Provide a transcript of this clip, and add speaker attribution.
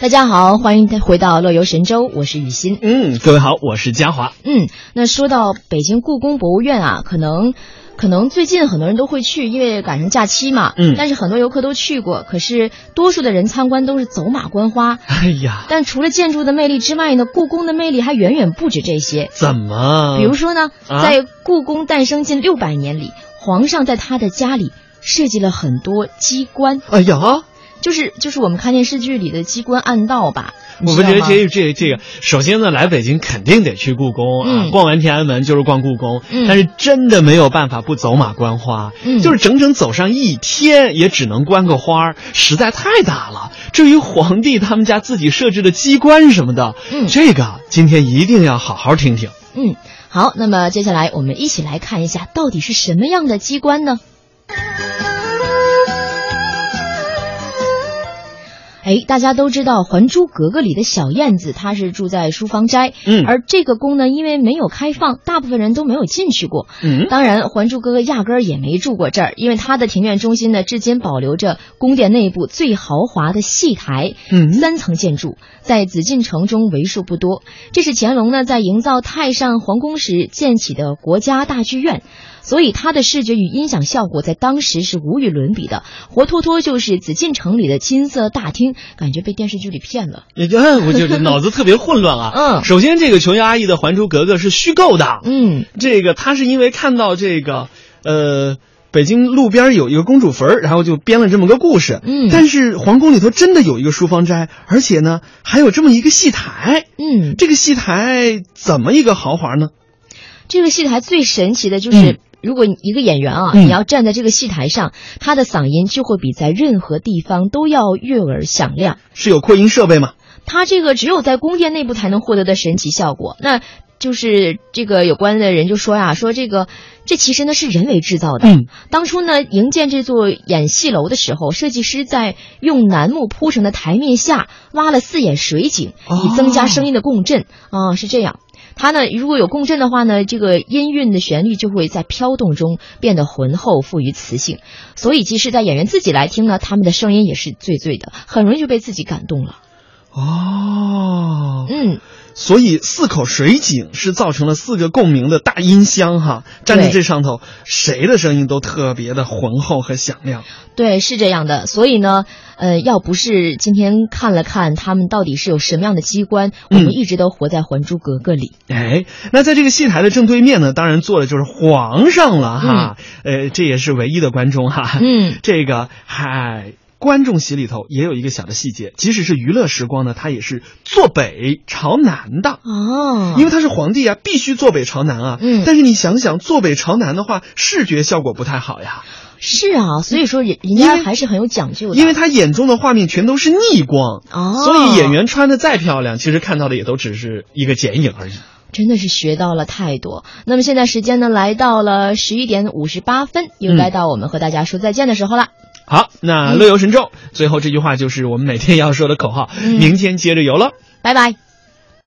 Speaker 1: 大家好，欢迎回到乐游神州，我是雨欣。
Speaker 2: 嗯，各位好，我是嘉华。
Speaker 1: 嗯，那说到北京故宫博物院啊，可能。可能最近很多人都会去，因为赶上假期嘛。
Speaker 2: 嗯
Speaker 1: 但是很多游客都去过，可是多数的人参观都是走马观花。
Speaker 2: 哎呀，
Speaker 1: 但除了建筑的魅力之外呢，故宫的魅力还远远不止这些。
Speaker 2: 怎么？
Speaker 1: 比如说呢，
Speaker 2: 啊
Speaker 1: 在故宫诞生近六百年里，皇上在他的家里设计了很多机关，
Speaker 2: 哎呀，
Speaker 1: 就是就是我们看电视剧里的机关暗道吧。你
Speaker 2: 我
Speaker 1: 知
Speaker 2: 们
Speaker 1: 道
Speaker 2: 觉得
Speaker 1: 吗
Speaker 2: 这这这个，首先呢，来北京肯定得去故宫啊，
Speaker 1: 嗯
Speaker 2: 逛完天安门就是逛故宫，
Speaker 1: 嗯
Speaker 2: 但是真的没有办法不走马观花，
Speaker 1: 嗯
Speaker 2: 就是整整走上一天也只能观个花儿，实在太大了。至于皇帝他们家自己设置的机关什么的，
Speaker 1: 嗯
Speaker 2: 这个今天一定要好好听听。
Speaker 1: 嗯，好，那么接下来我们一起来看一下，到底是什么样的机关呢？哎，大家都知道《还珠格格》里的小燕子，她是住在淑芳斋，
Speaker 2: 嗯
Speaker 1: 而这个宫呢，因为没有开放，大部分人都没有进去过。
Speaker 2: 嗯，
Speaker 1: 当然，《还珠格格》压根儿也没住过这儿，因为它的庭院中心呢，至今保留着宫殿内部最豪华的戏台，
Speaker 2: 嗯
Speaker 1: 三层建筑，在紫禁城中为数不多。这是乾隆呢在营造太上皇宫时建起的国家大剧院。所以它的视觉与音响效果在当时是无与伦比的，活脱脱就是紫禁城里的金色大厅，感觉被电视剧里骗了。
Speaker 2: 也就 哎我就就脑子特别混乱啊。
Speaker 1: 嗯
Speaker 2: 首先这个琼瑶阿姨的《还珠格格》是虚构的，
Speaker 1: 嗯，
Speaker 2: 这个他是因为看到这个，呃，北京路边有一个公主坟儿，然后就编了这么个故事。
Speaker 1: 嗯
Speaker 2: 但是皇宫里头真的有一个书房斋，而且呢还有这么一个戏台。
Speaker 1: 嗯，
Speaker 2: 这个戏台怎么一个豪华呢？
Speaker 1: 这个戏台最神奇的就是。
Speaker 2: 嗯
Speaker 1: 如果一个演员啊，
Speaker 2: 嗯
Speaker 1: 你要站在这个戏台上，他的嗓音就会比在任何地方都要悦耳响亮。
Speaker 2: 是有扩音设备吗？
Speaker 1: 他这个只有在宫殿内部才能获得的神奇效果。那就是这个有关的人就说呀、说这个这其实呢是人为制造的。
Speaker 2: 嗯
Speaker 1: 当初呢营建这座演戏楼的时候，设计师在用楠木铺成的台面下挖了四眼水井，
Speaker 2: 哦
Speaker 1: 以增加声音的共振。啊、是这样。它呢，如果有共振的话呢，这个音韵的旋律就会在飘动中变得浑厚，富于磁性。所以，即使在演员自己来听呢，他们的声音也是醉醉的，很容易就被自己感动了。
Speaker 2: 哦，
Speaker 1: 嗯，
Speaker 2: 所以四口水井是造成了四个共鸣的大音箱哈，站在
Speaker 1: 对
Speaker 2: 这上头，谁的声音都特别的浑厚和响亮。
Speaker 1: 对，是这样的。所以呢，呃，要不是今天看了看他们到底是有什么样的机关，我
Speaker 2: 嗯
Speaker 1: 们一直都活在《还珠格格》里。
Speaker 2: 哎，那在这个戏台的正对面呢，当然坐的就是皇上了哈。呃，这也是唯一的观众哈。
Speaker 1: 嗯
Speaker 2: 这个嗨，观众席里头也有一个小的细节，即使是娱乐时光呢，它也是坐北朝南的。
Speaker 1: 哦
Speaker 2: 因为他是皇帝啊，必须坐北朝南啊。
Speaker 1: 嗯
Speaker 2: 但是你想想，坐北朝南的话，视觉效果不太好呀，
Speaker 1: 是啊，所以说人人
Speaker 2: 因
Speaker 1: 家
Speaker 2: 为
Speaker 1: 还是很有讲究的。
Speaker 2: 因为他眼中的画面全都是逆光，
Speaker 1: 哦，
Speaker 2: 所以演员穿的再漂亮，其实看到的也都只是一个剪影而已。
Speaker 1: 真的是学到了太多。那么现在时间呢，来到了十一点五十八分，又
Speaker 2: 嗯
Speaker 1: 该到我们和大家说再见的时候了。
Speaker 2: 好，那
Speaker 1: 嗯
Speaker 2: 乐游神州，最后这句话就是我们每天要说的口号。
Speaker 1: 嗯
Speaker 2: 明天接着游了。
Speaker 1: 拜拜。